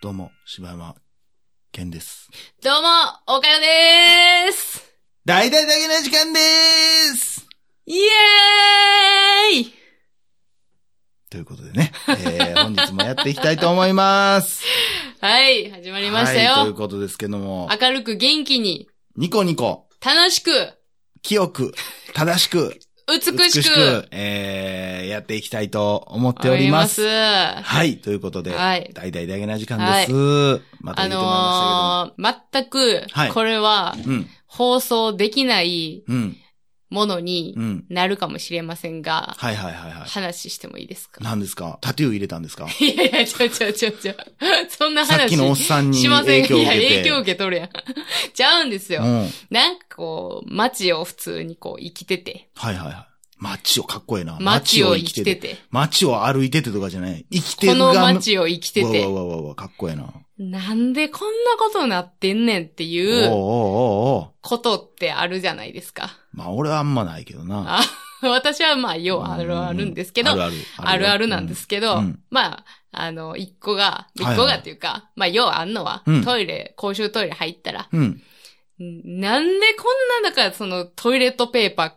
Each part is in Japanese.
どうも、柴山健です。どうも、おかよでーす大々だけの時間でーすイエーイということでね、えー、本日もやっていきたいと思い ます。はい、始まりまはい、したといよう。ことですけども、明るく元気に、ニコニコ、楽しく、清く、正しく、美しく、美しく、えー、やっていきたいと思っております。ははい、ということで、い。大々だけな時間です。またあ言ってもらいまのー、全くはい、これはしたけども。放送できないうん、うん、ものにうん。なるかもしれませんが、はいはいはいはい。話してもいいですか 何ですかタトゥー入れたんですかいやいや、ちょちょちょちょ。そんなさっ 話きのおっさんにしません影響をいや、受けて。影響受けとるやん。 ちゃうんですよ。うん。はいなんかこう、街を普通にこう生きてて、はいはい。街を、かっこええな。街を生きてて。て、街を歩いててとかじゃない。生きてこるのが。街を生きてわて、わわわわ、かっこええな。なんでこんなことなってんねんっておうおういおううおうことってあるじゃないですか。 まあ俺はあんまないけどな。あ私はまあ、要はあるあるんですけど、あるある。あるあるなんで。すけど、うんまあ、あの、一個が、はい一個がっていうか、まあ、要はあんのは、うんトイレ、公衆トイレ入ったら、うん。なんでこんな、だからそのトイレットペーパー、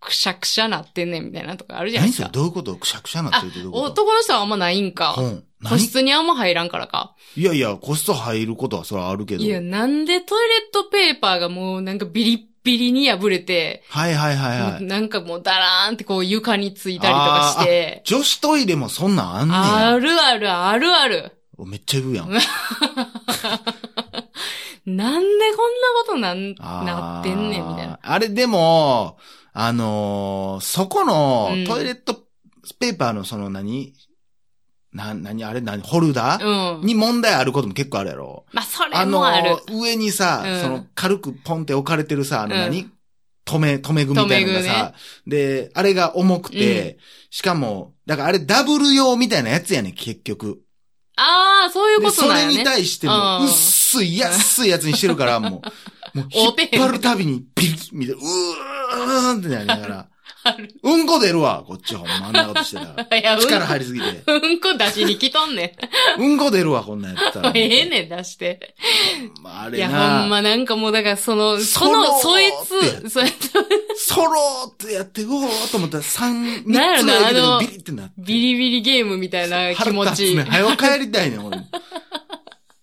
くしゃくしゃなってんねんみたいなとかあるじゃな何いでそすれか。どういうことくしゃくしゃなってるってどういうこと男の人はあんまないんか。うん。個何室にあんま入らんからか。いやいや、個室入ることはそれはあるけど。いや、なんでトイレットペーパーがもうなんかビリッビリに破れて、はいはいはいはい。なんかもうダラーンってこう床についたりとかして、女子トイレもそんなんあんねんあや。るあるあるある。おめっちゃ言うやん。なんでこんなことなん、あーなってんねんみたいな。。あれでも、あのーそこのうんトイレットペーパーのその何、な、何あれ何ホルダー、うん。に問題あることも結構あるやろ。まあ、それあのもある。ー上にさ、うんその軽くポンって置かれてるさ、あのうん何、止め、止め具みたいなのがさ、で、あれが重くて、しかも、だからあれダブル用みたいなやつやねん、結局。ああ、そういうで、ことそなれんにやね。対してもうう、ん薄い、安いやつにしてるから、も う、もう、引おってん張るたびに、ビリッ、みたいな、うーんってなりながら、ある。うんこ出るわ、こっちほんまあんなことして たら。いや、うん力入りすぎて。うんこ出しに来とんねうんこ出るわ、こんなんやった ん。もらう。 ええねん、出して。まあ、あいれや、ほんな、まなんかもうだから、その、その、そろそいーってつ、そいつ、そろーってやって、うおーと思ったら、三、三なんやつろのなやけどあのビリってなって。ビリビリゲームみたいな気腹持立ち。つね。早く帰りたいねん、俺も。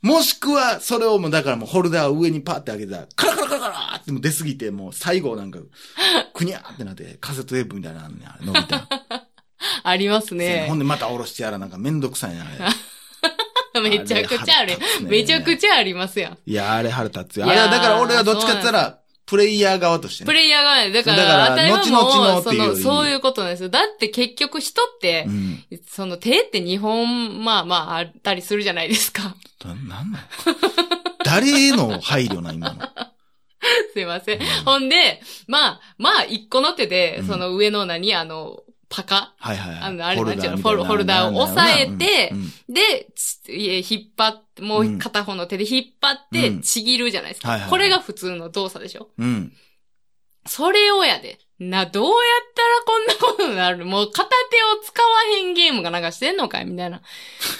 もしくは、それをもう、だからもうホルダーを上にパーって開けたら、カラカラカラカラーってもう出すぎて、もう最後なんか、くにゃーってなって、カセットテープみたいなのあんねんあれ、伸びた。ありますほんね。でまた下ろしてやらなんかめんどくさいね、あれ。めちゃくちゃああれる腹立つ。ねめちゃくちゃありますやん。いや、あれ腹立つよ。いあやれーは、だから俺はどっちかって言ったら、プレイヤー側としてプね。レイヤーがね、だかだからら、あたいは後々のもっう、てそいうよの、りそういうことなんですよ。だって結局人ってう、ん。その手って日本、まあまああったりするじゃないですか。 な、なんなの誰への配慮な、今の。すいませんうん。ほんで、まあ、まあ、一個の手でうん、その上の何、あの、パカはいはいはい。あのあれなんちゅうのみたいなホルダーを押さえてうんうんで、ついえ引っ張って、もうんう片方の手で引っ張ってうん、ちぎるじゃないですはいはいは。いかこれが普通の動作でしょ。うん。それをやで。な、どうやったらこんなことになるもう片手を使わへんゲームがなんかしてんのかいみた いな。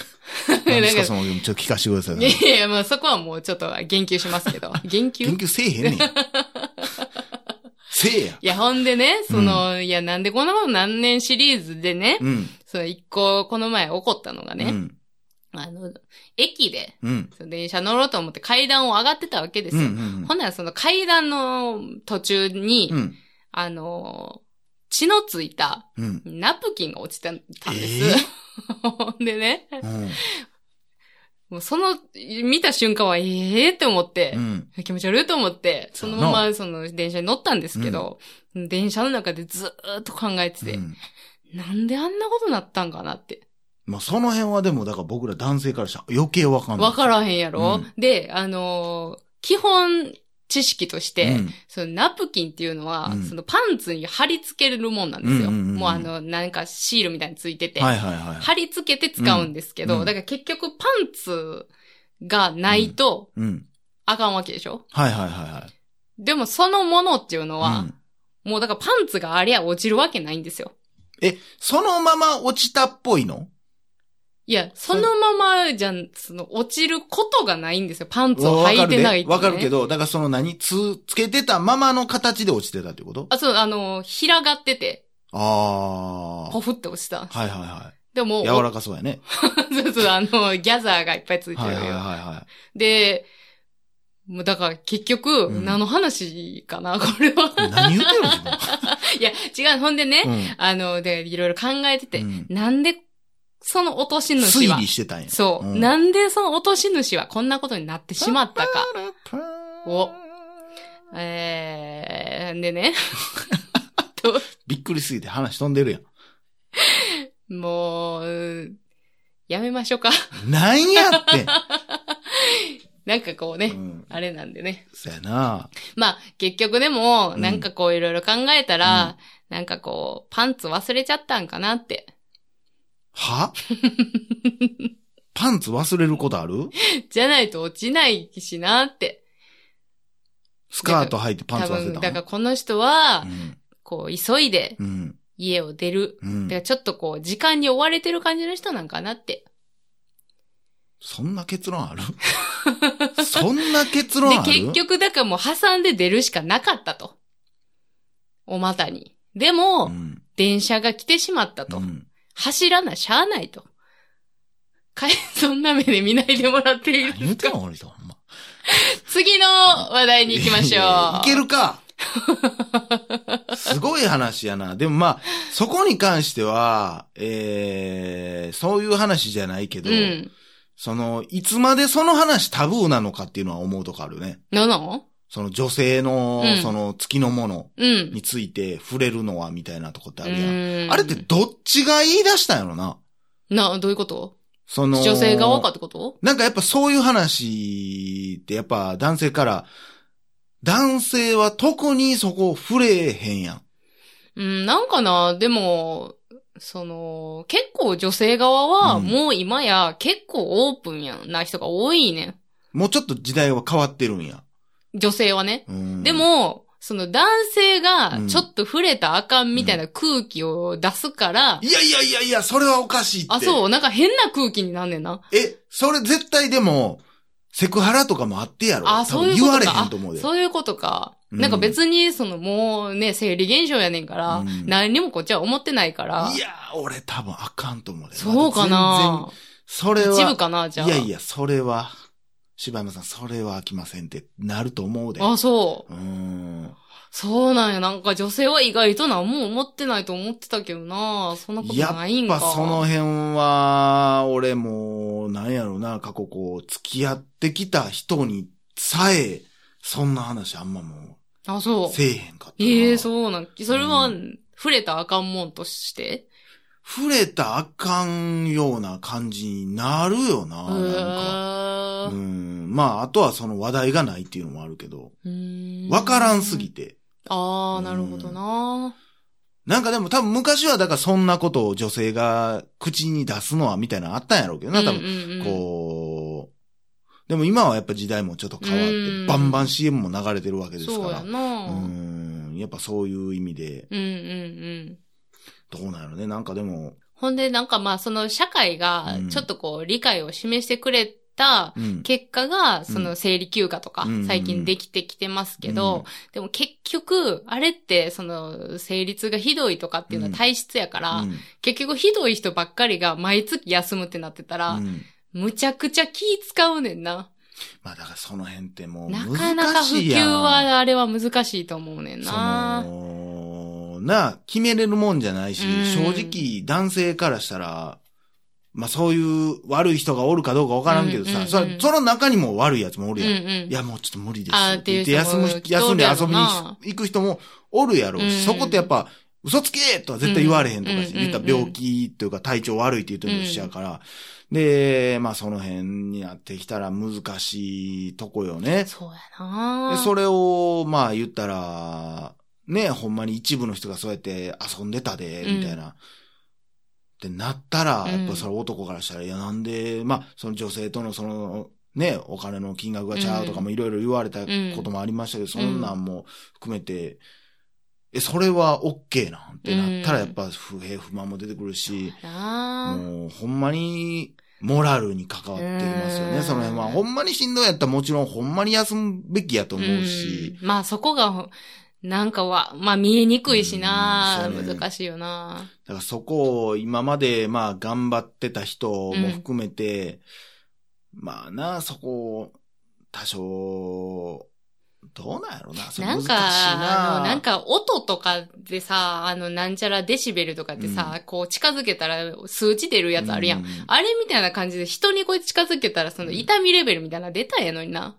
何ですかその、ちょ なんかっと聞かせてください。いやいや、まあそこはもうちょっと言及しますけど。言 及研究せえへんねん。せえや。いや、ほんでね、その、いや、なんでこんなこと何年シリーズでね、うん。その一個、この前起こったのがうね、ん。あの、駅で、うん。その電車乗ろうと思って階段を上がってたわけですうん。よ。うんほんならその階段の途中に、うん。あの、血のついたうん。ナプキンが落ちてたんです。えほ んでね、うん。もうその、見た瞬間は、ええー、って思って、うん。気持ち悪いと思って、そそうやのなままその電車に乗ったんですけど、電車の中でずーっと考えてて、うんなんであんなことなったんかなって。まあ、その辺はでも、だから僕ら男性からしたら余計わかんない。わからへんやろ、うんで、あのー基本知識として、うん。そのナプキンっていうのは、うんそのパンツに貼り付けるもんなんですよ。うんうんうんうんもうあの、なんかシールみたいについてて、はいはいはい。貼り付けて使うんですけど、うんだから結局パンツがないとうん。あかんわけでしょはいはいはいはい。でもそのものっていうのうは、んもうだからパンツがありゃ落ちるわけないんですよ。え、そのまま落ちたっぽいのいや、そのままじゃん、その、落ちることがないんですよ。パンツをわ履かいるてでないとねわかるけど、だからその何つ、つけてたままの形で落ちてたってことあ、そう、あの、平がってて、あポフって落ちた。あ。はいはいはでも、い。柔らかそうやね。 そうそう、あの、ギャザーがいっぱいついてはいるはいはいよ。はで、もうだから結局、うん何の話かな、これは。い。何言ってるの自 いや、違う、ほんでね、分。うんあの、で、いろいろ考えてて、うんなんで、その落とし主は推理、してたんや。そう、うんなんでその落とし主はこんなことになってしまったか。おえー、でね、と、びっくりすぎて話飛んでるやもう、やめましょうか。 ん。なんやって。なんかこう うね、ん。あれなんでね。そやな。まあ、結局でも、うんなんかこういろいろ考えたら、なんかこう、パンツ忘れちゃったんかなって。はパンツ忘れることあるじゃないと落ちないしなって。スカート履いてパン多ツ忘れ分、たのだからこの人はう、ん。こう、急いでうん。家を出る。うんだからちょっとこう、時間に追われてる感じの人なんかなって。そんな結論ある そんな結で論あ、る結局、だからもう挟んで出るしかなかったと。お股に。でも、うん電車が来てしまったと。うん走らなしゃあないと。かえ、 そんな目で見ないでもらっていい何言でっすてんかの俺と、ほんま。次の話題に行き ましょう。いけるかすごい話やな。でもまあ、そこに関しては、えー、そういう話じゃないけど、うん。その、いつまでその話タブーなのかっていうのは思うとかあるよね。なのその女性の、うんその月のものうん。について触れるのはみたいなとこってあるやん。うんあれってどっちが言い出したんやろな。な、どういうことその、女性側かってことなんかやっぱそういう話ってやっぱ男性から、男性は特にそこ触れへんやん。うん、なんかな、でも、その、結構女性側は、うんもう今や結構オープンやんな人が多いねもうちょっと時代は変わってるんや。ん。女性はね。うん、で、も、その男性がうんちょっと触れたらあかんみたいな空気を出すから、いやいやいやいや、それはおかしいって。あ、そう、なんか変な空気になんねんな。え、それ絶対でも、セクハラとかもあってやろ。あ、多そう分いうこ言わとれか。へあんと思うで。そういうことか。うんなんか別に、そのもうね、生理現象やねんから、うん何にもこっちは思ってないから。いやー、俺多分あかんと思うで。そうまだ全か然なそれは。一部かなじゃあ。いやいや、それは、柴山さん、それは飽きませんってなると思うで。あ、そう。うーん。そうなんや。なんか女性は意外と何も思ってないと思ってたけどなそんなことやっぱないんか。その辺は、俺も、なんやろな、過去こう、付き合ってきた人にさえ、そんな話あんまもあ、う、そう。せえへんかったな。ええそうなん。それは、う触れたらあかんもんとして。触れたらあかんような感じになるよな、うなんか。うーんん。まあ、あとはその話題がないっていうのもあるけど、うーんわからんすぎ。て。ああ、なるほどななんかでも多分昔はだからそんなことを女性が口に出すのはみたいなのあったんやろうけどな、多分。分こう。でも今はやっぱ時代もちょっと変わっうて、んバンバン CM も流れてるわけですかそうら。やなううんん。やっぱそういう意味で、うんうん。どうなんやろね。なんかでも、ほんで、なんかまあ、その社会がうん、ちょっとこう、理解を示してくれたうん。結果が、その生理休暇とかうん、最近できてきてますけど、でも結局、あれって、その、生理痛がひどいとかっていうのは体質やから、うん、結局ひどい人ばっかりが毎月休むってなってたらう、んむちゃくちゃ気使うねんな。まあだからその辺ってもうな難しいかなか普及やんは、あれは難しいと思うねんな。その、なあ、決めれるもんじゃないし、うん正直男性からしたら、まあそういう悪い人がおるかどうかわからんけどさ、うんうんうんそれその中にも悪いやつもおうんるうやん。んい。や、もうちょっと無理ですあーって言ってっていう休人むも人、休んで遊びにおるやろな行く人もおるやろうし、うんそこってやっぱ、嘘つけとは絶対言われへんとかし、うんうん言うんったら病気というか体調悪いって言ってるとしちゃうから、で、まあその辺になってきたら難しいとこよね。そうやなでそれを、まあ言ったら、ね、ほんまに一部の人がそうやって遊んでたで、うんみたいな。ってなったら、うんやっぱそれ男からしたら、いやなんで、まあ、その女性とのその、ね、お金の金額がちゃうとかもいろいろ言われたこともありましたけど、そんなんも含めて、え、それは OK なんってなったら、うやんっぱ不平不満も出てくるし、なあ。もうほんまに、モラルに関わっていますようね。んその辺は、ほんまにしんどいやったらもちろんほんまに休むべきやと思うし。うんまあそこが、なんかは、まあ見えにくいしな、うんそうね難しいよな。だからそこを今までまあ頑張ってた人も含めて、まあな、そこを多少、どうなんやろな、それな難んしいか、な。あの、なんか音とかでさ、あの、なんちゃらデシベルとかってさ、こう近づけたら数値出るやつあるやん。うあれみたいな感じで人にこう近づけたらその痛みレベルみたいなの出たんやのにな。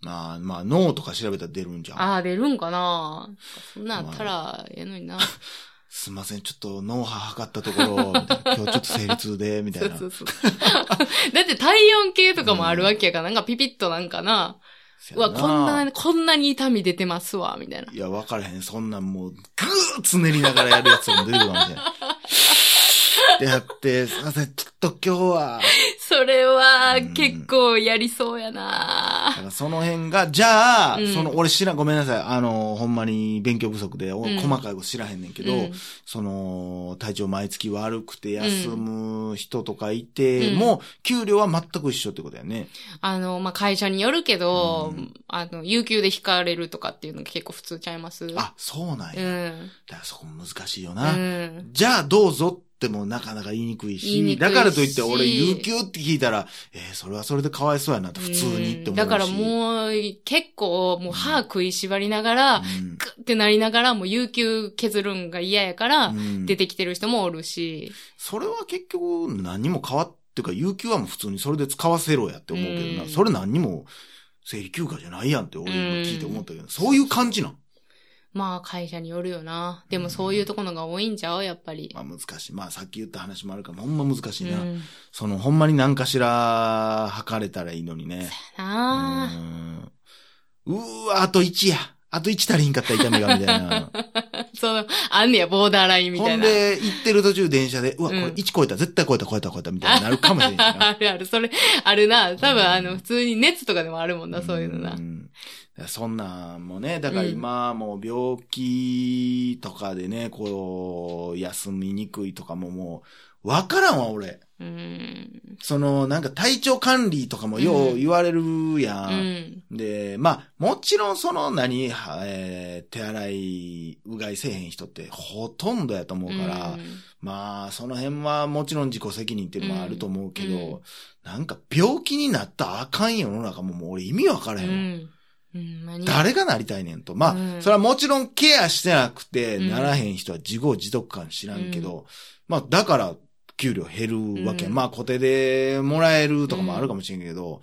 まあ、まあ、脳とか調べたら出るんじゃん。ああ、出るんかなそんなんあったらええのに な。すいません、ちょっと脳波測ったところ、みたいな今日ちょっと生理痛で、みたい そな。うそうそう。だって体温計とかもあるわけやから、なんかピピッとなんかな。せうやわ、こんな、こんなに痛み出てますわ、みたいな。いや、分からへん。そんなんもう、ぐーっつねりながらやるやつも出てくるかもしれない。ってやって、すいません、ちょっと今日は、それはうん結構やりそうやなだからその辺が、じゃあ、うんその、俺知らん、ごめんなさい。あの、ほんまに勉強不足で、おうん細かいこと知らへんねんけど、うんその、体調毎月悪くて休む人とかいても、給料は全く一緒ってことやね。あの、まあ、会社によるけど、うんあの、有給で引かれるとかっていうのが結構普通ちゃいます。あ、そうなんうや。だん。からそこ難しいような。ん。じゃあどうぞってもなかなか言いにくいし、言いにくいしだからといって俺有給って聞いたら、えーそれはそれでかわいそうやなって普通にって思うし。んだからもう、結構、もう歯食いしばりながら、うん、グってなりながら、もう有給削るんが嫌やから、うん出てきてる人もおるし。それは結局何にも変わっていうか、有給はもう普通にそれで使わせろやって思うけどな。うんそれ何にも生理休暇じゃないやんって俺今聞いて思ったけど、そういう感じなん。まあ、会社によるよな。でもそういうところが多いんちゃうやっぱり。まあ難しい。まあさっき言った話もあるから、ほんま難しいな。うんそのほんまに何かしら測れたらいいのにね。なあ。うんうーわ、あと1や。あと1足りんかった痛みが、みたいな。 そう、あんねや、ボーダーライン みほたいんな。で、行ってる途中電車で、うわ、こうんれ1超えた、絶対超えた、超えた、超えた、みたいになるかもしれんしない。 あるある、それ、あるな。多う分、んあの、普通に熱とかでもあるもん な、そういうのなう。んそんなんもね、だから今もう病気とかでね、こう、休みにくいとかももう、わからんわ、俺。うん。その、なんか体調管理とかもよううん言われるや。うんん。で、まあ、もちろんその何、はえー手洗い、うがいせえへん人ってほとんどやと思うから、まあ、その辺はもちろん自己責任っていうのもあると思うけど、うんうんなんか病気になったらあかん世の中ももう俺意味わからへんわ。うん。うん、何誰がなりたいねんと。まあ、うんそれはもちろんケアしてなくて、うんならへん人は自業自得感知らんけど、まあ、だから、給料減るわけ。うんまあ、固定でもらえるとかもあるかもしれんけど、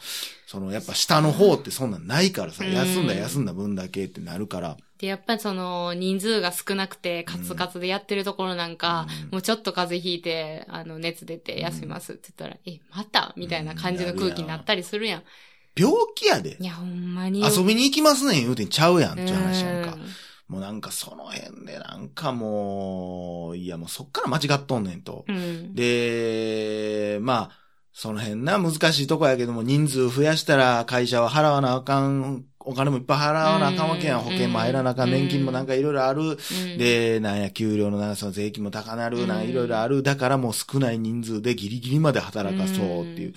その、やっぱ下の方ってそんなんないからさ、うん休んだ休んだ分だけってなるから。で、やっぱりその、人数が少なくて、カツカツでやってるところなんか、うんもうちょっと風邪ひいて、あの、熱出て休みますって言ったら、え、またみたいな感じの空気になったりするやん。病気やでい。や、ほんまに。遊びに行きますねん言うてんちゃうやんっていう話やんかう。もうなんかその辺でなんかもう、いやもうそっから間違っとんねんと。うん。で、まあ、その辺な、難しいとこやけども、人数増やしたら会社は払わなあかん、お金もいっぱい払わなあかんわけやん、うん保険も入らなあかん、うん年金もなんかいろいろある、うん、で、なんや、給料の長さの税金も高なる、なんうんいろいろある、だからもう少ない人数でギリギリまで働かそうっていうう。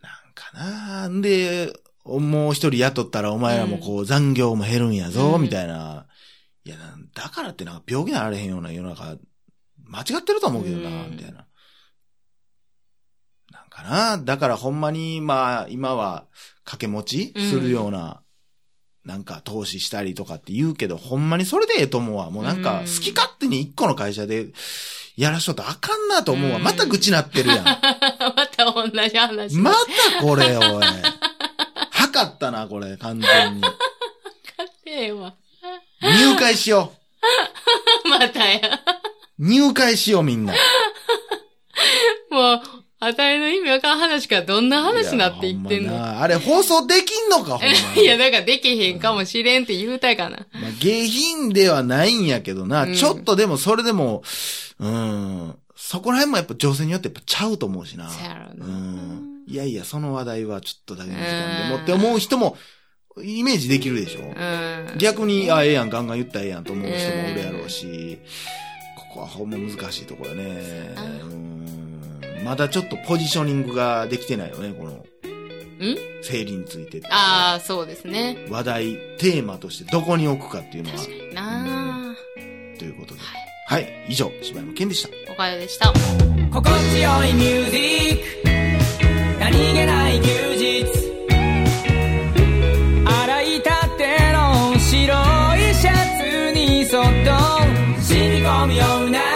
なんかなあんで、もう一人雇ったらお前らもこう残業も減るんやぞ、うんみたいな。いや、なんだからってなんか病気になられへんような世の中、間違ってると思うけどな、うんみたいな。なんかなだからほんまに、まあ、今は掛け持ちするような、なんか投資したりとかって言うけど、ほんまにそれでええと思うわ。もうなんかうん好き勝手に一個の会社でやらしとったらあかんなと思うわ。うんまた愚痴なってる やん。 また同じ話。またこれ、おい。測ったな、これ、完全に。ええわ。入会しよ またや。う。入会しよう、みんな。もう、あたりの意味わからん話からどんな話になっていってんいやほんのまなあれ、放送できんのか、ほんまに。 いや、なんかできへんかもしれんって言うたいかな。まあ、下品ではないんやけどな、うんちょっとでも、それでも、うーん、そこら辺もやっぱ女性によってやっぱちゃうと思うしな。そやろうな。ん。いやいや、その話題はちょっとだけの時間でもって思う人もイメージできるでしょ、うん。逆に、あ、ええやん、ガンガン言ったらええやんと思う人もおるやろうし、ここはほんま難しいところね。あーうんまだちょっとポジショニングができてないよね、この、生理についてってああ、そうですね。話題、テーマとしてどこに置くかっていうのは、確かになということで。はい、以上、柴山健でした。おかよでした。心地よいミュージック何気ない休日洗いたての白いシャツにそっと染み込むような